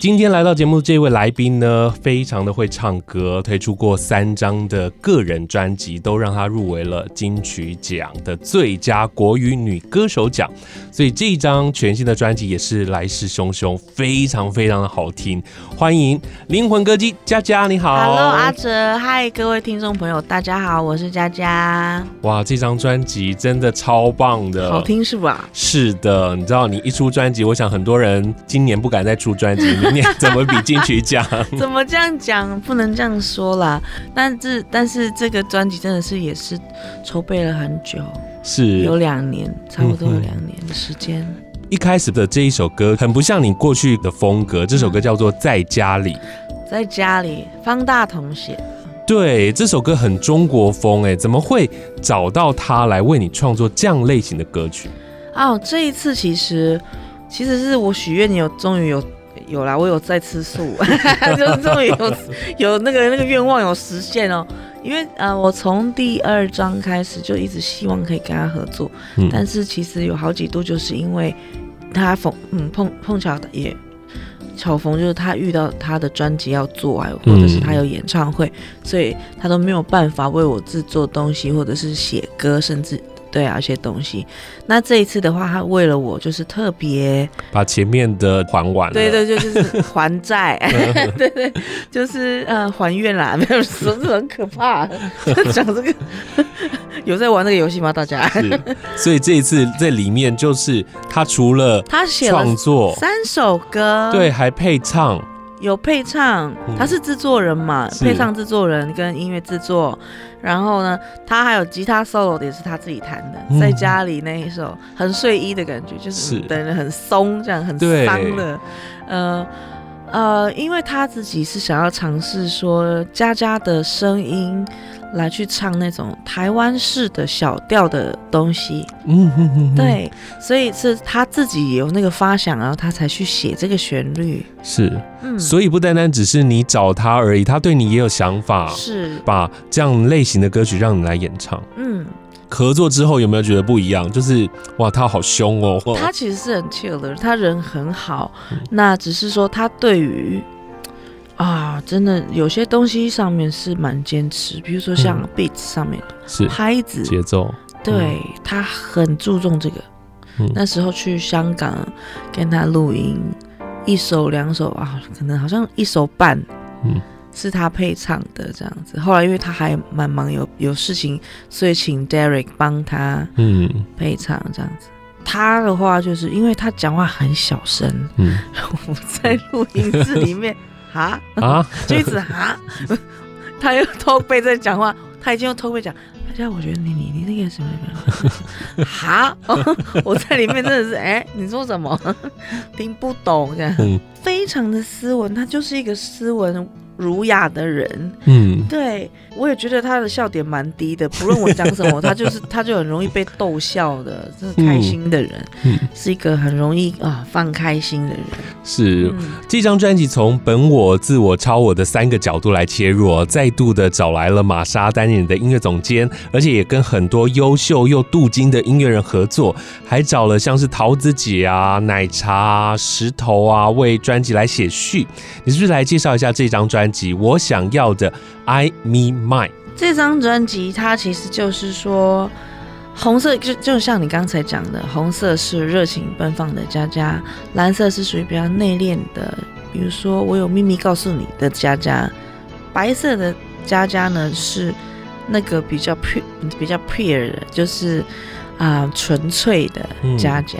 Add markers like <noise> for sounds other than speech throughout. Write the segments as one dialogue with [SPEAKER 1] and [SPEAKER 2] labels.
[SPEAKER 1] 今天来到节目这位来宾呢，非常的会唱歌，推出过三张的个人专辑，都让他入围了金曲奖的最佳国语女歌手奖。所以这一张全新的专辑也是来势汹汹，非常非常的好听。欢迎灵魂歌姬佳佳，你好。
[SPEAKER 2] Hello，阿哲，嗨，各位听众朋友，大家好，我是佳佳，
[SPEAKER 1] 哇，这张专辑真的超棒的，
[SPEAKER 2] 好。听是
[SPEAKER 1] <laughs>
[SPEAKER 2] 吧？
[SPEAKER 1] 是的，你知道你一出专辑，我想很多人今年不敢再出专辑，明
[SPEAKER 2] <laughs>
[SPEAKER 1] 年怎么比金曲奖？
[SPEAKER 2] 怎么这样讲？不能这样说啦。但是，但是这个专辑真的是也是筹备了很久，
[SPEAKER 1] 是嗯
[SPEAKER 2] 有两年，差不多
[SPEAKER 1] 嗯哼
[SPEAKER 2] 有两年的时间。
[SPEAKER 1] 一开始的这一首歌很不像你过去的风格，这
[SPEAKER 2] 嗯
[SPEAKER 1] 首歌叫做《在家里》。
[SPEAKER 2] 在家里，方大同写，
[SPEAKER 1] 对，这首歌很中国风，哎，怎么会找到他来为你创作这样类型的歌曲？
[SPEAKER 2] 哦，这一次其实其实是我许愿有，终于有有啦，我有在吃素， <laughs> 就是终于有有那个那个愿望有实现哦。因为呃，我从第二章开始就一直希望可以跟他合作，
[SPEAKER 1] 嗯
[SPEAKER 2] 但是其实有好几度就是因为他逢嗯碰碰巧的也巧逢，就是他遇到他的专辑要做啊，或者是他有演唱会，所以他都没有办法为我制作东西，或者是写歌，甚至对啊一些东西。那这一次的话，他为了我就是特别，
[SPEAKER 1] 把前面的还完了。
[SPEAKER 2] 对对对，就是还债，
[SPEAKER 1] <laughs>
[SPEAKER 2] 对对，就是呃还愿啦，没有说这很可怕，讲这个 <laughs> 有在玩这个游戏吗？大家？ <laughs>
[SPEAKER 1] 是，所以这一次在里面就是他除了
[SPEAKER 2] 他写了
[SPEAKER 1] 创作，
[SPEAKER 2] 三首歌，
[SPEAKER 1] 对，，还配唱，
[SPEAKER 2] 有配唱
[SPEAKER 1] 嗯，
[SPEAKER 2] 他是制作人嘛，
[SPEAKER 1] 是
[SPEAKER 2] 配唱制作人跟音乐制作，然后呢，他还有吉他 solo 的也是他自己弹的，
[SPEAKER 1] 嗯
[SPEAKER 2] 在家里那一首很睡衣的感觉，就是
[SPEAKER 1] 是
[SPEAKER 2] 嗯等人很松，这样很
[SPEAKER 1] 对
[SPEAKER 2] 桑的，呃。呃，因为他自己是想要尝试说佳佳的声音来去唱那种台湾式的小调的东西，
[SPEAKER 1] 嗯哼哼哼，
[SPEAKER 2] 对，所以是他自己有那个发想，然后他才去写这个旋律。
[SPEAKER 1] 是，
[SPEAKER 2] 嗯，
[SPEAKER 1] 所以不单单只是你找他而已，他对你也有想法，
[SPEAKER 2] 是，
[SPEAKER 1] 把这样类型的歌曲让你来演唱。
[SPEAKER 2] 嗯，
[SPEAKER 1] 合作之后有没有觉得不一样？就是哇，他好凶哦。嗯
[SPEAKER 2] 他其实是很 chill 的，他人很好，那只是说他对于啊，真的有些东西上面是蛮坚持，比如说像
[SPEAKER 1] 嗯
[SPEAKER 2] beat 上面的
[SPEAKER 1] 是
[SPEAKER 2] 拍子，
[SPEAKER 1] 节奏，
[SPEAKER 2] 对他很注重这个。
[SPEAKER 1] 嗯
[SPEAKER 2] 那时候去香港跟他录音，一首两首啊，可能好像一首半，
[SPEAKER 1] 嗯
[SPEAKER 2] 是他配唱的这样子。后来因为他还蛮忙，有有事情，所以请 Derek 帮他
[SPEAKER 1] 嗯
[SPEAKER 2] 配唱这样子。他的话就是因为他讲话很小声， <laughs>
[SPEAKER 1] 嗯
[SPEAKER 2] 我在录音室里面 <laughs> 哈，
[SPEAKER 1] 啊，
[SPEAKER 2] 就一直 <laughs> 哈，他又偷背在讲话，他已经用偷背讲。大家，我觉得你你你那个什么什么，哈， <laughs> 我在里面真的是， <laughs> 哎、你说什么？ <laughs> 听不懂这样，
[SPEAKER 1] 嗯
[SPEAKER 2] 非常的斯文，他就是一个斯文儒雅的人。
[SPEAKER 1] 嗯，
[SPEAKER 2] 对我也觉得他的笑点蛮低的，不论我讲什
[SPEAKER 1] <laughs>
[SPEAKER 2] 么，他就是他就很容易被逗笑的，真的开心的人，
[SPEAKER 1] 嗯
[SPEAKER 2] 是一个很容易啊放开心的人。
[SPEAKER 1] 是。
[SPEAKER 2] 嗯
[SPEAKER 1] 这张专辑从本我、自我、超我的三个角度来切入哦，再度的找来了玛莎担任你的音乐总监，而且也跟很多优秀又镀金的音乐人合作，还找了像是桃子姐啊、奶茶啊、石头啊为专辑来写序。你是不是来介绍一下这张专辑《我想要的 I Me Mine》？
[SPEAKER 2] 这张专辑它其实就是说，红色就就像你刚才讲的，红色是热情奔放的佳佳，蓝色是属于比较内敛的，比如说我有秘密告诉你的佳佳，白色的佳佳呢是那个比较 pure 比较 pure 的，就是啊、纯粹的佳佳。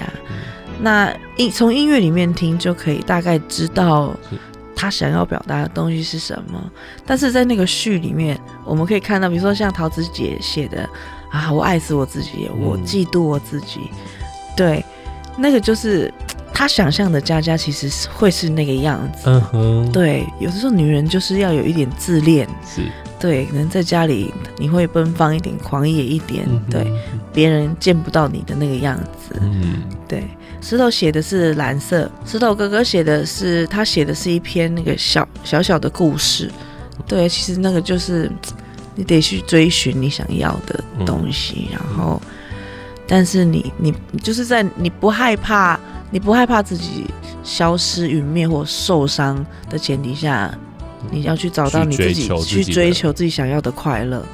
[SPEAKER 2] 那音从音乐里面听就可以大概知道
[SPEAKER 1] 是
[SPEAKER 2] 他想要表达的东西是什么。但是在那个序里面，我们可以看到，比如说像桃子姐写的啊，我爱死我自己，
[SPEAKER 1] 嗯
[SPEAKER 2] 我嫉妒我自己，对，那个就是他想象的佳佳其实是会是那个样子。
[SPEAKER 1] 嗯哼，，
[SPEAKER 2] 对，有的时候女人就是要有一点自恋，
[SPEAKER 1] 是，
[SPEAKER 2] 对，可能在家里你会奔放一点、狂野一点，
[SPEAKER 1] 嗯哼
[SPEAKER 2] 对，别人见不到你的那个样子，
[SPEAKER 1] 嗯，
[SPEAKER 2] 对。石头写的是蓝色，石头哥哥写的是他写的是一篇那个小小小的故事，对，其实那个就是你得去追寻你想要的东西，然后，但是你你就是在你不害怕，你不害怕自己消失、陨灭或受伤的前提下，你要去找到你自
[SPEAKER 1] 嗯去追
[SPEAKER 2] 己
[SPEAKER 1] 求自己
[SPEAKER 2] 去
[SPEAKER 1] 的嗯
[SPEAKER 2] 追求自己想要的快乐。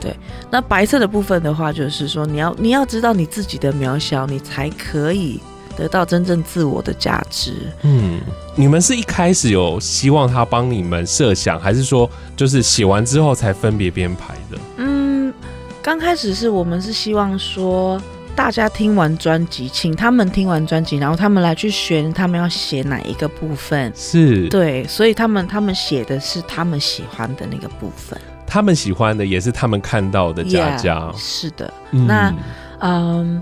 [SPEAKER 2] 对，那白色的部分的话，就是说你要你要知道你自己的渺小，你才可以得到真正自我的价值。
[SPEAKER 1] 嗯，你们是一开始有希望他帮你们设想，还是说就是写完之后才分别编排的？
[SPEAKER 2] 嗯，刚开始是我们是希望说，大家听完专辑，请他们听完专辑，然后他们来去选他们要写哪一个部分。
[SPEAKER 1] 是，
[SPEAKER 2] 对，所以他们他们写的是他们喜欢的那个部分。
[SPEAKER 1] 他们喜欢的，也是他们看到的佳佳
[SPEAKER 2] Yeah，。是的，
[SPEAKER 1] 嗯
[SPEAKER 2] 那嗯。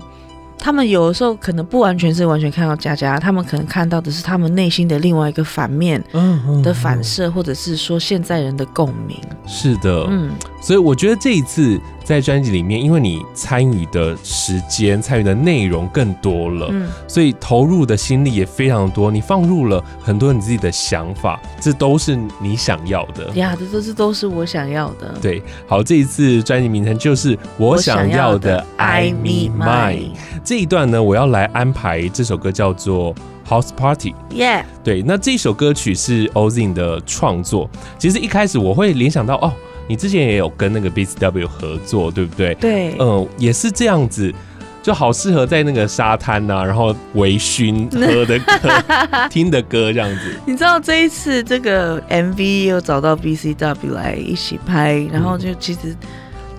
[SPEAKER 2] 他们有的时候可能不完全是完全看到佳佳，他们可能看到的是他们内心的另外一个反面
[SPEAKER 1] 嗯嗯
[SPEAKER 2] 的反射，或者是说现在人的共鸣。
[SPEAKER 1] 是的，
[SPEAKER 2] 嗯，
[SPEAKER 1] 所以我觉得这一次在专辑里面，因为你参与的时间、参与的内容更多了，
[SPEAKER 2] 嗯
[SPEAKER 1] 所以投入的心力也非常多。你放入了很多你自己的想法，这都是你想要的。
[SPEAKER 2] 呀，这都是都是我想要的。
[SPEAKER 1] 对，好，这一次专辑名称就是我想要的 I Me Mine 这一段呢，我要来安排这首歌叫做 House Party。
[SPEAKER 2] 耶，
[SPEAKER 1] 对，那这首歌曲是 Ozin 的创作。其实一开始我会联想到，哦，你之前也有跟那个 Beats W 合作，对不对？
[SPEAKER 2] 对，
[SPEAKER 1] 嗯，也是这样子，就好适合在那个沙滩呐、然后微醺喝的歌、 <laughs> 听的歌这样子。
[SPEAKER 2] 你知道这一次这个 MV 又找到 BCW 来一起拍，然后
[SPEAKER 1] 嗯
[SPEAKER 2] 就其实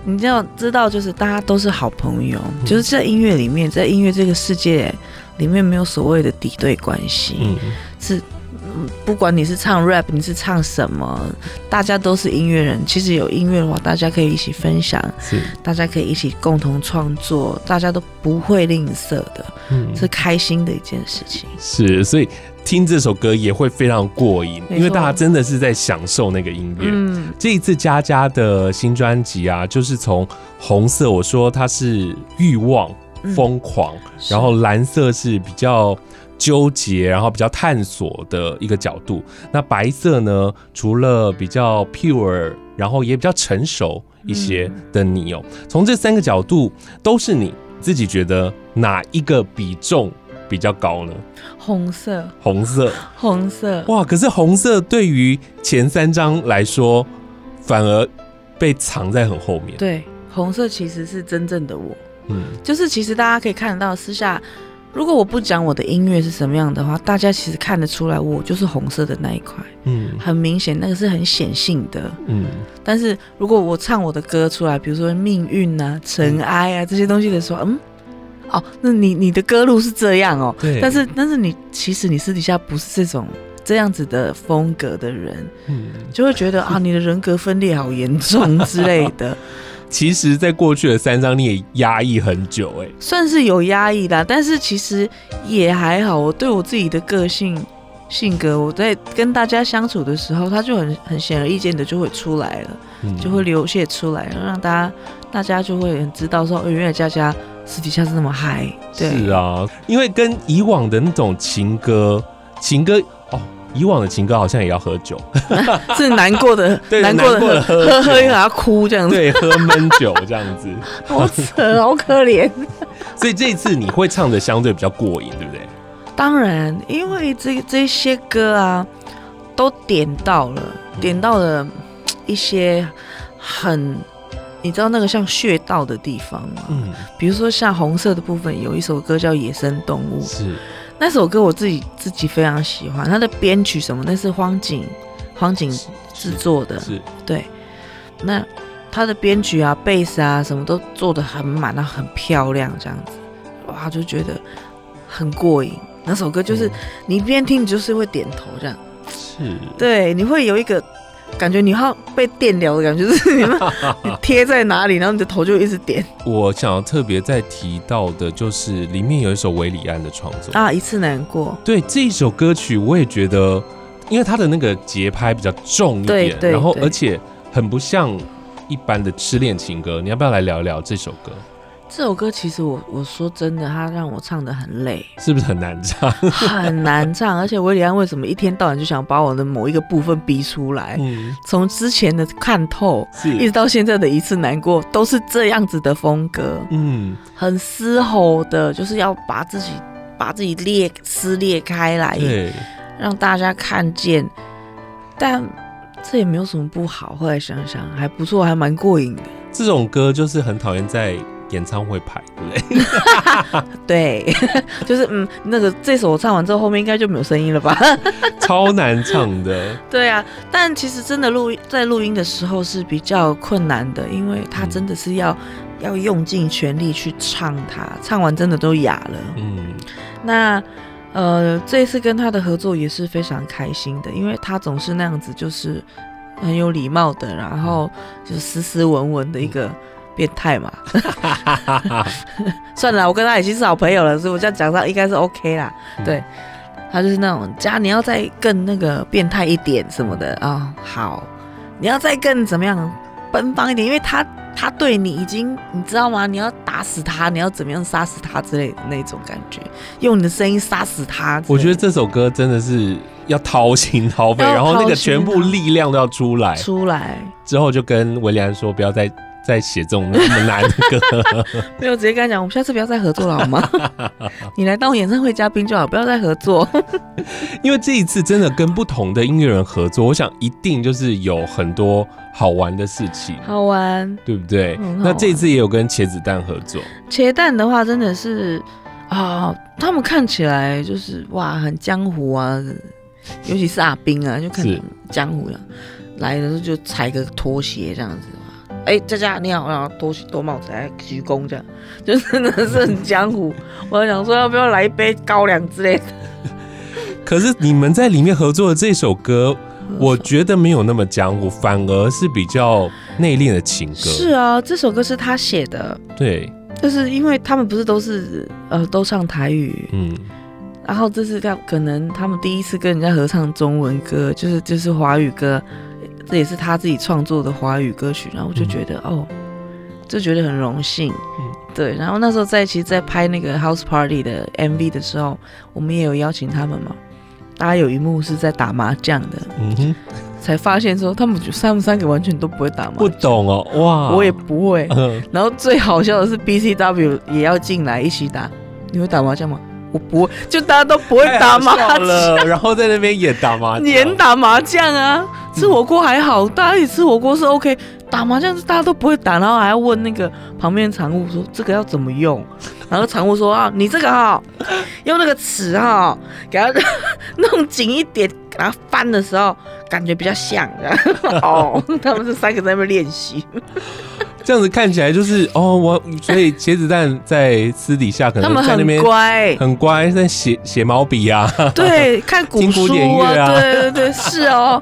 [SPEAKER 2] 你要知道，就是大家都是好朋友，
[SPEAKER 1] 嗯
[SPEAKER 2] 就是在音乐里面，在音乐这个世界里面没有所谓的敌对关系，
[SPEAKER 1] 嗯，
[SPEAKER 2] 是。嗯不管你是唱 rap，你是唱什么，大家都是音乐人。其实有音乐的话，大家可以一起分享，
[SPEAKER 1] 是，
[SPEAKER 2] 大家可以一起共同创作，大家都不会吝啬的，
[SPEAKER 1] 嗯，
[SPEAKER 2] 是开心的一件事情。
[SPEAKER 1] 是，所以听这首歌也会非常过瘾，
[SPEAKER 2] 没
[SPEAKER 1] 因为
[SPEAKER 2] 错
[SPEAKER 1] 大家真的是在享受那个音乐。
[SPEAKER 2] 嗯，
[SPEAKER 1] 这一次佳佳的新专辑啊，就是从红色，我说它是欲望、
[SPEAKER 2] 嗯
[SPEAKER 1] 疯狂，
[SPEAKER 2] 是
[SPEAKER 1] 然后蓝色是比较纠结，然后比较探索的一个角度。那白色呢，除了比较 pure，然后也比较成熟一些
[SPEAKER 2] 嗯
[SPEAKER 1] 的你哦、从这三个角度，都是你自己觉得哪一个比重比较高呢？
[SPEAKER 2] 红色，
[SPEAKER 1] 红色。
[SPEAKER 2] 红色，
[SPEAKER 1] 哇，可是红色对于前三张来说，反而被藏在很后面。
[SPEAKER 2] 对，红色其实是真正的我，
[SPEAKER 1] 嗯，
[SPEAKER 2] 就是其实大家可以看得到，私下如果我不讲我的音乐是什么样的话，大家其实看得出来我就是红色的那一块，
[SPEAKER 1] 嗯
[SPEAKER 2] 很明显那个是很显性的。
[SPEAKER 1] 嗯
[SPEAKER 2] 但是如果我唱我的歌出来，比如说命运啊、尘埃啊这些东西的时候，嗯。哦，那你你的歌路是这样哦，
[SPEAKER 1] 对
[SPEAKER 2] 但是但是你其实你私底下不是这种这样子的风格的人，
[SPEAKER 1] 嗯，
[SPEAKER 2] 就会觉得啊，你的人格分裂好严重之类的，
[SPEAKER 1] 其实，在过去的三张你也压抑很久、哎，
[SPEAKER 2] 算是有压抑啦，但是其实也还好。我对我自己的个性性格，我在跟大家相处的时候，他就很很显而易见的就会出来了，
[SPEAKER 1] 嗯
[SPEAKER 2] 就会流泻出来，让大家大家就会很知道说，哦原来佳佳私底下是那么嗨。对，
[SPEAKER 1] 是啊，因为跟以往的那种情歌，情歌哦，以往的情歌好像也要喝
[SPEAKER 2] <laughs>
[SPEAKER 1] 酒，，
[SPEAKER 2] 是难过的
[SPEAKER 1] 啊 <laughs> 对
[SPEAKER 2] 难过
[SPEAKER 1] 难过的
[SPEAKER 2] 的
[SPEAKER 1] 喝
[SPEAKER 2] 喝喝
[SPEAKER 1] 酒
[SPEAKER 2] 一然后哭这
[SPEAKER 1] <laughs>
[SPEAKER 2] 样子，
[SPEAKER 1] 对，喝闷酒这样子。
[SPEAKER 2] 好扯，好可怜。
[SPEAKER 1] 所以这一次你会唱的相对比较过瘾，对不对？
[SPEAKER 2] 当然，因为这这些歌啊，都点到了，点到了嗯一些很，你知道那个像穴道的地方吗？
[SPEAKER 1] 嗯，
[SPEAKER 2] 比如说像红色的部分，有一首歌叫《野生动物》，
[SPEAKER 1] 嗯是，
[SPEAKER 2] 那首歌我自己自己非常喜欢，它的编曲什么那是荒井荒井制作的，
[SPEAKER 1] 是，
[SPEAKER 2] 对，那它的编曲啊、贝斯啊什么都做的很满，然后很漂亮这样子，哇，就觉得很过瘾。那首歌就是你边听，你就是会点头这样，
[SPEAKER 1] 是，
[SPEAKER 2] 对，你会有一个感觉，你要被电疗的感觉，就是你们你贴在哪里，然后你的头就一直点
[SPEAKER 1] 我想要特别再提到的，就是里面有一首韦礼安的创作。
[SPEAKER 2] 啊，一次难过，
[SPEAKER 1] 对这首歌曲，我也觉得，因为它的那个节拍比较重一
[SPEAKER 2] 对
[SPEAKER 1] 点，
[SPEAKER 2] 对
[SPEAKER 1] 然后
[SPEAKER 2] 对
[SPEAKER 1] 而且很不像一般的失恋情歌。你要不要来聊一聊这首歌？
[SPEAKER 2] 这首歌其实我我说真的，它让我唱的很累，
[SPEAKER 1] 是不是很难唱？
[SPEAKER 2] 很难唱，而且维里安为什么一天到晚就想把我的某一个部分逼出来？
[SPEAKER 1] <laughs> 嗯，
[SPEAKER 2] 从之前的看透，哎一直
[SPEAKER 1] 是，
[SPEAKER 2] 到现在的一次难过，都是这样子的风格，
[SPEAKER 1] 嗯，
[SPEAKER 2] 很嘶吼的，就是要把自己把自己裂撕裂开来，
[SPEAKER 1] 对，
[SPEAKER 2] 让大家看见。但这也没有什么不好，后来想想还不错，还蛮过瘾的。
[SPEAKER 1] 这种歌就是很讨厌在演唱会排，对不对？
[SPEAKER 2] 对， <laughs> 就是嗯，那个这首我唱完之后，后面应该就没有声音
[SPEAKER 1] <laughs>
[SPEAKER 2] 了吧？
[SPEAKER 1] <laughs> 超难唱的，
[SPEAKER 2] 对啊，但其实真的录在录音的时候是比较困难的，因为他
[SPEAKER 1] 嗯
[SPEAKER 2] 真的是要、要用尽全力去唱它，唱完真的都哑了。 <laughs>
[SPEAKER 1] 嗯，
[SPEAKER 2] 那呃，这一次跟他的合作也是非常开心的，因为他总是那样子，就是很有礼貌的，然后
[SPEAKER 1] 嗯
[SPEAKER 2] 就斯斯文文的一个变态
[SPEAKER 1] <laughs>
[SPEAKER 2] 嘛。算了啦，我跟他已经是好朋友了，所以我这样讲他应该是 OK 啦。
[SPEAKER 1] 嗯
[SPEAKER 2] 对，他就是那种家你要再更那个变态一点什么的啊、好，你要再更怎么样奔放一点，因为他他对你已经你知道吗？你要打死他，你要怎么样杀死他之类的那种感觉，用你的声音杀死他之类的。
[SPEAKER 1] 我觉得这首歌真的是要掏心掏肺，
[SPEAKER 2] 要
[SPEAKER 1] 然后那
[SPEAKER 2] 掏
[SPEAKER 1] 个
[SPEAKER 2] 心啊
[SPEAKER 1] 全部
[SPEAKER 2] 掏
[SPEAKER 1] 力量都要出来。
[SPEAKER 2] 出来
[SPEAKER 1] 之后就跟维里安说，不要再再写这种那么难的
[SPEAKER 2] <laughs>
[SPEAKER 1] 歌。
[SPEAKER 2] 没有直接跟他讲，我们下次不要再合作了好吗？ <laughs> 你来当我演唱会嘉宾就好，不要再合作。
[SPEAKER 1] 因为这一次真的跟不同的音乐人合作，我想一定就是有很多好玩的事情，
[SPEAKER 2] <laughs> 好玩，
[SPEAKER 1] 对不对？
[SPEAKER 2] 很好玩
[SPEAKER 1] 那这次也有跟茄子蛋合作，
[SPEAKER 2] 茄蛋的话真的是啊、他们看起来就是哇，很江湖啊，尤其是阿兵啊，就看
[SPEAKER 1] 是
[SPEAKER 2] 江湖呀、来的时候就踩个拖鞋这样子嘛。哎、佳佳你好，然后脱鞋脱帽子，还鞠躬这样，就真的是很江 <laughs> 湖。我想说，要不要来一杯高粱之类的？
[SPEAKER 1] 可是你们在里面合作的这首歌，
[SPEAKER 2] 嗯
[SPEAKER 1] 我觉得没有那么江湖，反而是比较内敛的情歌。
[SPEAKER 2] 是啊，这首歌是他写的，
[SPEAKER 1] 对，
[SPEAKER 2] 就是因为他们不是都是呃都唱台语，
[SPEAKER 1] 嗯，
[SPEAKER 2] 然后这是他可能他们第一次跟人家合唱中文歌，就是就是华语歌，这也是他自己创作的华语歌曲。然后我就觉得、哦，就觉得很荣幸。
[SPEAKER 1] 嗯
[SPEAKER 2] 对，然后那时候在其实，在拍那个 House Party 的 MV 的时候，我们也有邀请他们嘛。大家有一幕是在打麻将的，
[SPEAKER 1] 嗯哼，
[SPEAKER 2] 才发现说他们他们三个完全都不会打麻
[SPEAKER 1] 不
[SPEAKER 2] 将，
[SPEAKER 1] 懂哦，哇，
[SPEAKER 2] 我也不会。
[SPEAKER 1] 嗯，
[SPEAKER 2] 然后最好笑的是 BCW 也要进来一起打，你会打麻将吗？我不会，就大家都不会
[SPEAKER 1] 太
[SPEAKER 2] 打
[SPEAKER 1] 好
[SPEAKER 2] 麻
[SPEAKER 1] 笑
[SPEAKER 2] 将，
[SPEAKER 1] 了，然后在那边也打麻将，
[SPEAKER 2] 连打麻将啊，吃火锅还好，大家一起吃火锅是 OK，打麻将是大家都不会打，然后还要问那个旁边的常务说这个要怎么用，然后常务说啊你这个哈、 <laughs> 用那个尺哈、给它 <laughs> 弄紧一点，给它翻的时候感觉比较像，然后 <laughs> 哦，他们是三个在那边练习，
[SPEAKER 1] 这样子看起来就是哦，我所以茄子蛋在私底下可
[SPEAKER 2] 他
[SPEAKER 1] 能
[SPEAKER 2] 们
[SPEAKER 1] 在那
[SPEAKER 2] 很
[SPEAKER 1] 边
[SPEAKER 2] 乖，
[SPEAKER 1] 很乖，在写写毛笔啊， <laughs>
[SPEAKER 2] <laughs> 对，看古
[SPEAKER 1] 听古典
[SPEAKER 2] 书哦
[SPEAKER 1] 乐啊
[SPEAKER 2] 对对对，是
[SPEAKER 1] <laughs>
[SPEAKER 2] 哦。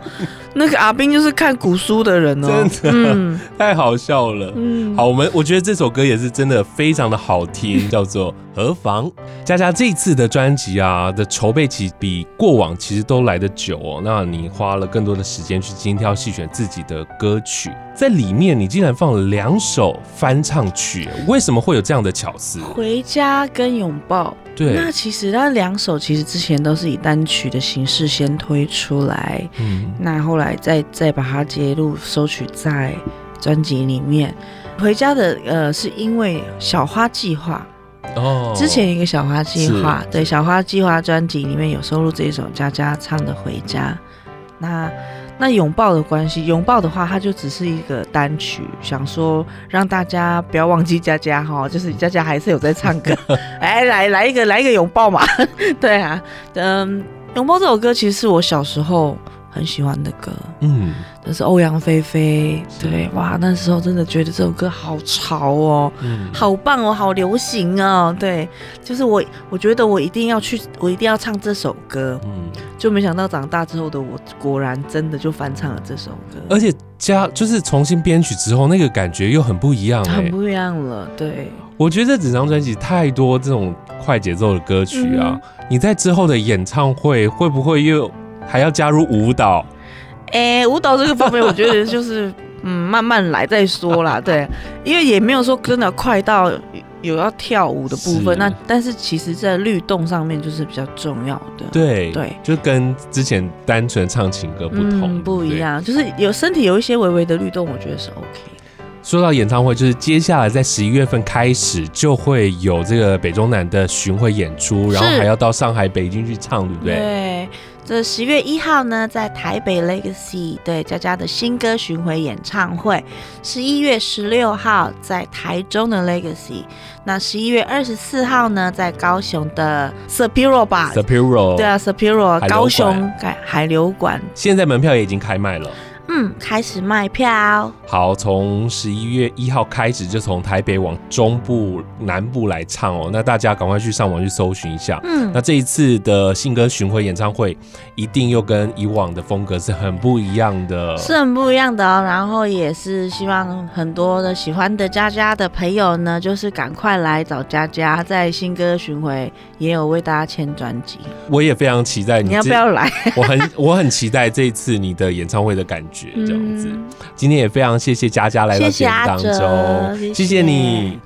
[SPEAKER 2] 那个阿斌就是看古书的人哦，
[SPEAKER 1] 真的
[SPEAKER 2] 嗯
[SPEAKER 1] 太好笑了。
[SPEAKER 2] 嗯，
[SPEAKER 1] 好，我们我觉得这首歌也是真的非常的好听，叫做《何妨》。佳佳这次的专辑啊的筹备期比过往其实都来得久哦，那你花了更多的时间去精挑细选自己的歌曲，在里面你竟然放了两首翻唱曲，为什么会有这样的巧思？
[SPEAKER 2] 回家跟拥抱。那
[SPEAKER 1] 对，
[SPEAKER 2] 其实那两首其实之前都是以单曲的形式先推出来，
[SPEAKER 1] 嗯，
[SPEAKER 2] 那后来再再把它揭露收取在专辑里面。回家的呃，是因为小花计划，
[SPEAKER 1] 哦
[SPEAKER 2] 之前有一个小花计划
[SPEAKER 1] 是，
[SPEAKER 2] 对小花计划专辑里面有收录这一首佳佳唱的《回家》。那那拥抱的关系，拥抱的话，它就只是一个单曲，想说让大家不要忘记佳佳哈， <laughs> 就是佳佳还是有在
[SPEAKER 1] <laughs>
[SPEAKER 2] 唱歌。哎，来来一个来一个拥抱嘛， <laughs> 对啊，嗯，拥抱这首歌其实是我小时候很喜欢的歌，
[SPEAKER 1] 嗯，
[SPEAKER 2] 那是欧阳菲菲，
[SPEAKER 1] 是
[SPEAKER 2] 对哇，那时候真的觉得这首歌好潮哦，
[SPEAKER 1] 嗯，
[SPEAKER 2] 好棒哦，好流行哦，对，就是我，我觉得我一定要去，我一定要唱这首歌，
[SPEAKER 1] 嗯，
[SPEAKER 2] 就没想到长大之后的我，果然真的就翻唱了这首歌，
[SPEAKER 1] 而且加就是重新编曲之后，那个感觉又很不一样、
[SPEAKER 2] 很
[SPEAKER 1] 欸。
[SPEAKER 2] 不一样了，对，
[SPEAKER 1] 我觉得这整张专辑太多这种快节奏的歌曲啊，
[SPEAKER 2] 嗯
[SPEAKER 1] 你在之后的演唱会会不会又还要加入舞蹈？
[SPEAKER 2] 哎，舞蹈这个方面，我觉得
[SPEAKER 1] <laughs>
[SPEAKER 2] 就是，嗯，慢慢来再说啦，对，因为也没有说真的快到有要跳舞的部
[SPEAKER 1] 是
[SPEAKER 2] 分，那但是其实在律动上面就是比较重要的。
[SPEAKER 1] 对
[SPEAKER 2] 对
[SPEAKER 1] 就跟之前单纯唱情歌不同，
[SPEAKER 2] 嗯，不
[SPEAKER 1] 对
[SPEAKER 2] 一。样，就是有身体有一些微微的律动，我觉得是 OK 的。
[SPEAKER 1] 说到演唱会，就是接下来在十一月份开始就会有这个北中南的巡回演出，然后还要到上海、北京去唱，对不对？
[SPEAKER 2] 对，这十月一号呢，在台北 Legacy 对佳佳的新歌巡回演唱会；十一月十六号在台中的 Legacy；那十一月二十四号呢，在高雄的 Sapiro 吧
[SPEAKER 1] s a p i r o
[SPEAKER 2] 对啊 Sapiro
[SPEAKER 1] 海流馆
[SPEAKER 2] 高雄改海流馆，
[SPEAKER 1] 现在门票也已经开卖了。
[SPEAKER 2] 嗯，开始卖票。
[SPEAKER 1] 好，从十一月一号开始，就从台北往中部、南部来唱哦。那大家赶快去上网去搜寻一下。
[SPEAKER 2] 嗯
[SPEAKER 1] 那这一次的信鸽巡回演唱会，一定又跟以往的风格是很不一样的。
[SPEAKER 2] 是很不一样的哦。然后也是希望很多的喜欢的佳佳的朋友呢，就是赶快来找佳佳，在新歌巡回也有为大家签专辑。
[SPEAKER 1] 我也非常期待你
[SPEAKER 2] 你要不
[SPEAKER 1] 这
[SPEAKER 2] 要来？
[SPEAKER 1] <laughs> 我很我很期待这一次你的演唱会的感觉，这样子。今天也非常谢谢佳佳来到
[SPEAKER 2] 嗯谢谢
[SPEAKER 1] 节目
[SPEAKER 2] 阿
[SPEAKER 1] 当
[SPEAKER 2] 哲
[SPEAKER 1] 中，
[SPEAKER 2] 谢谢
[SPEAKER 1] 谢你。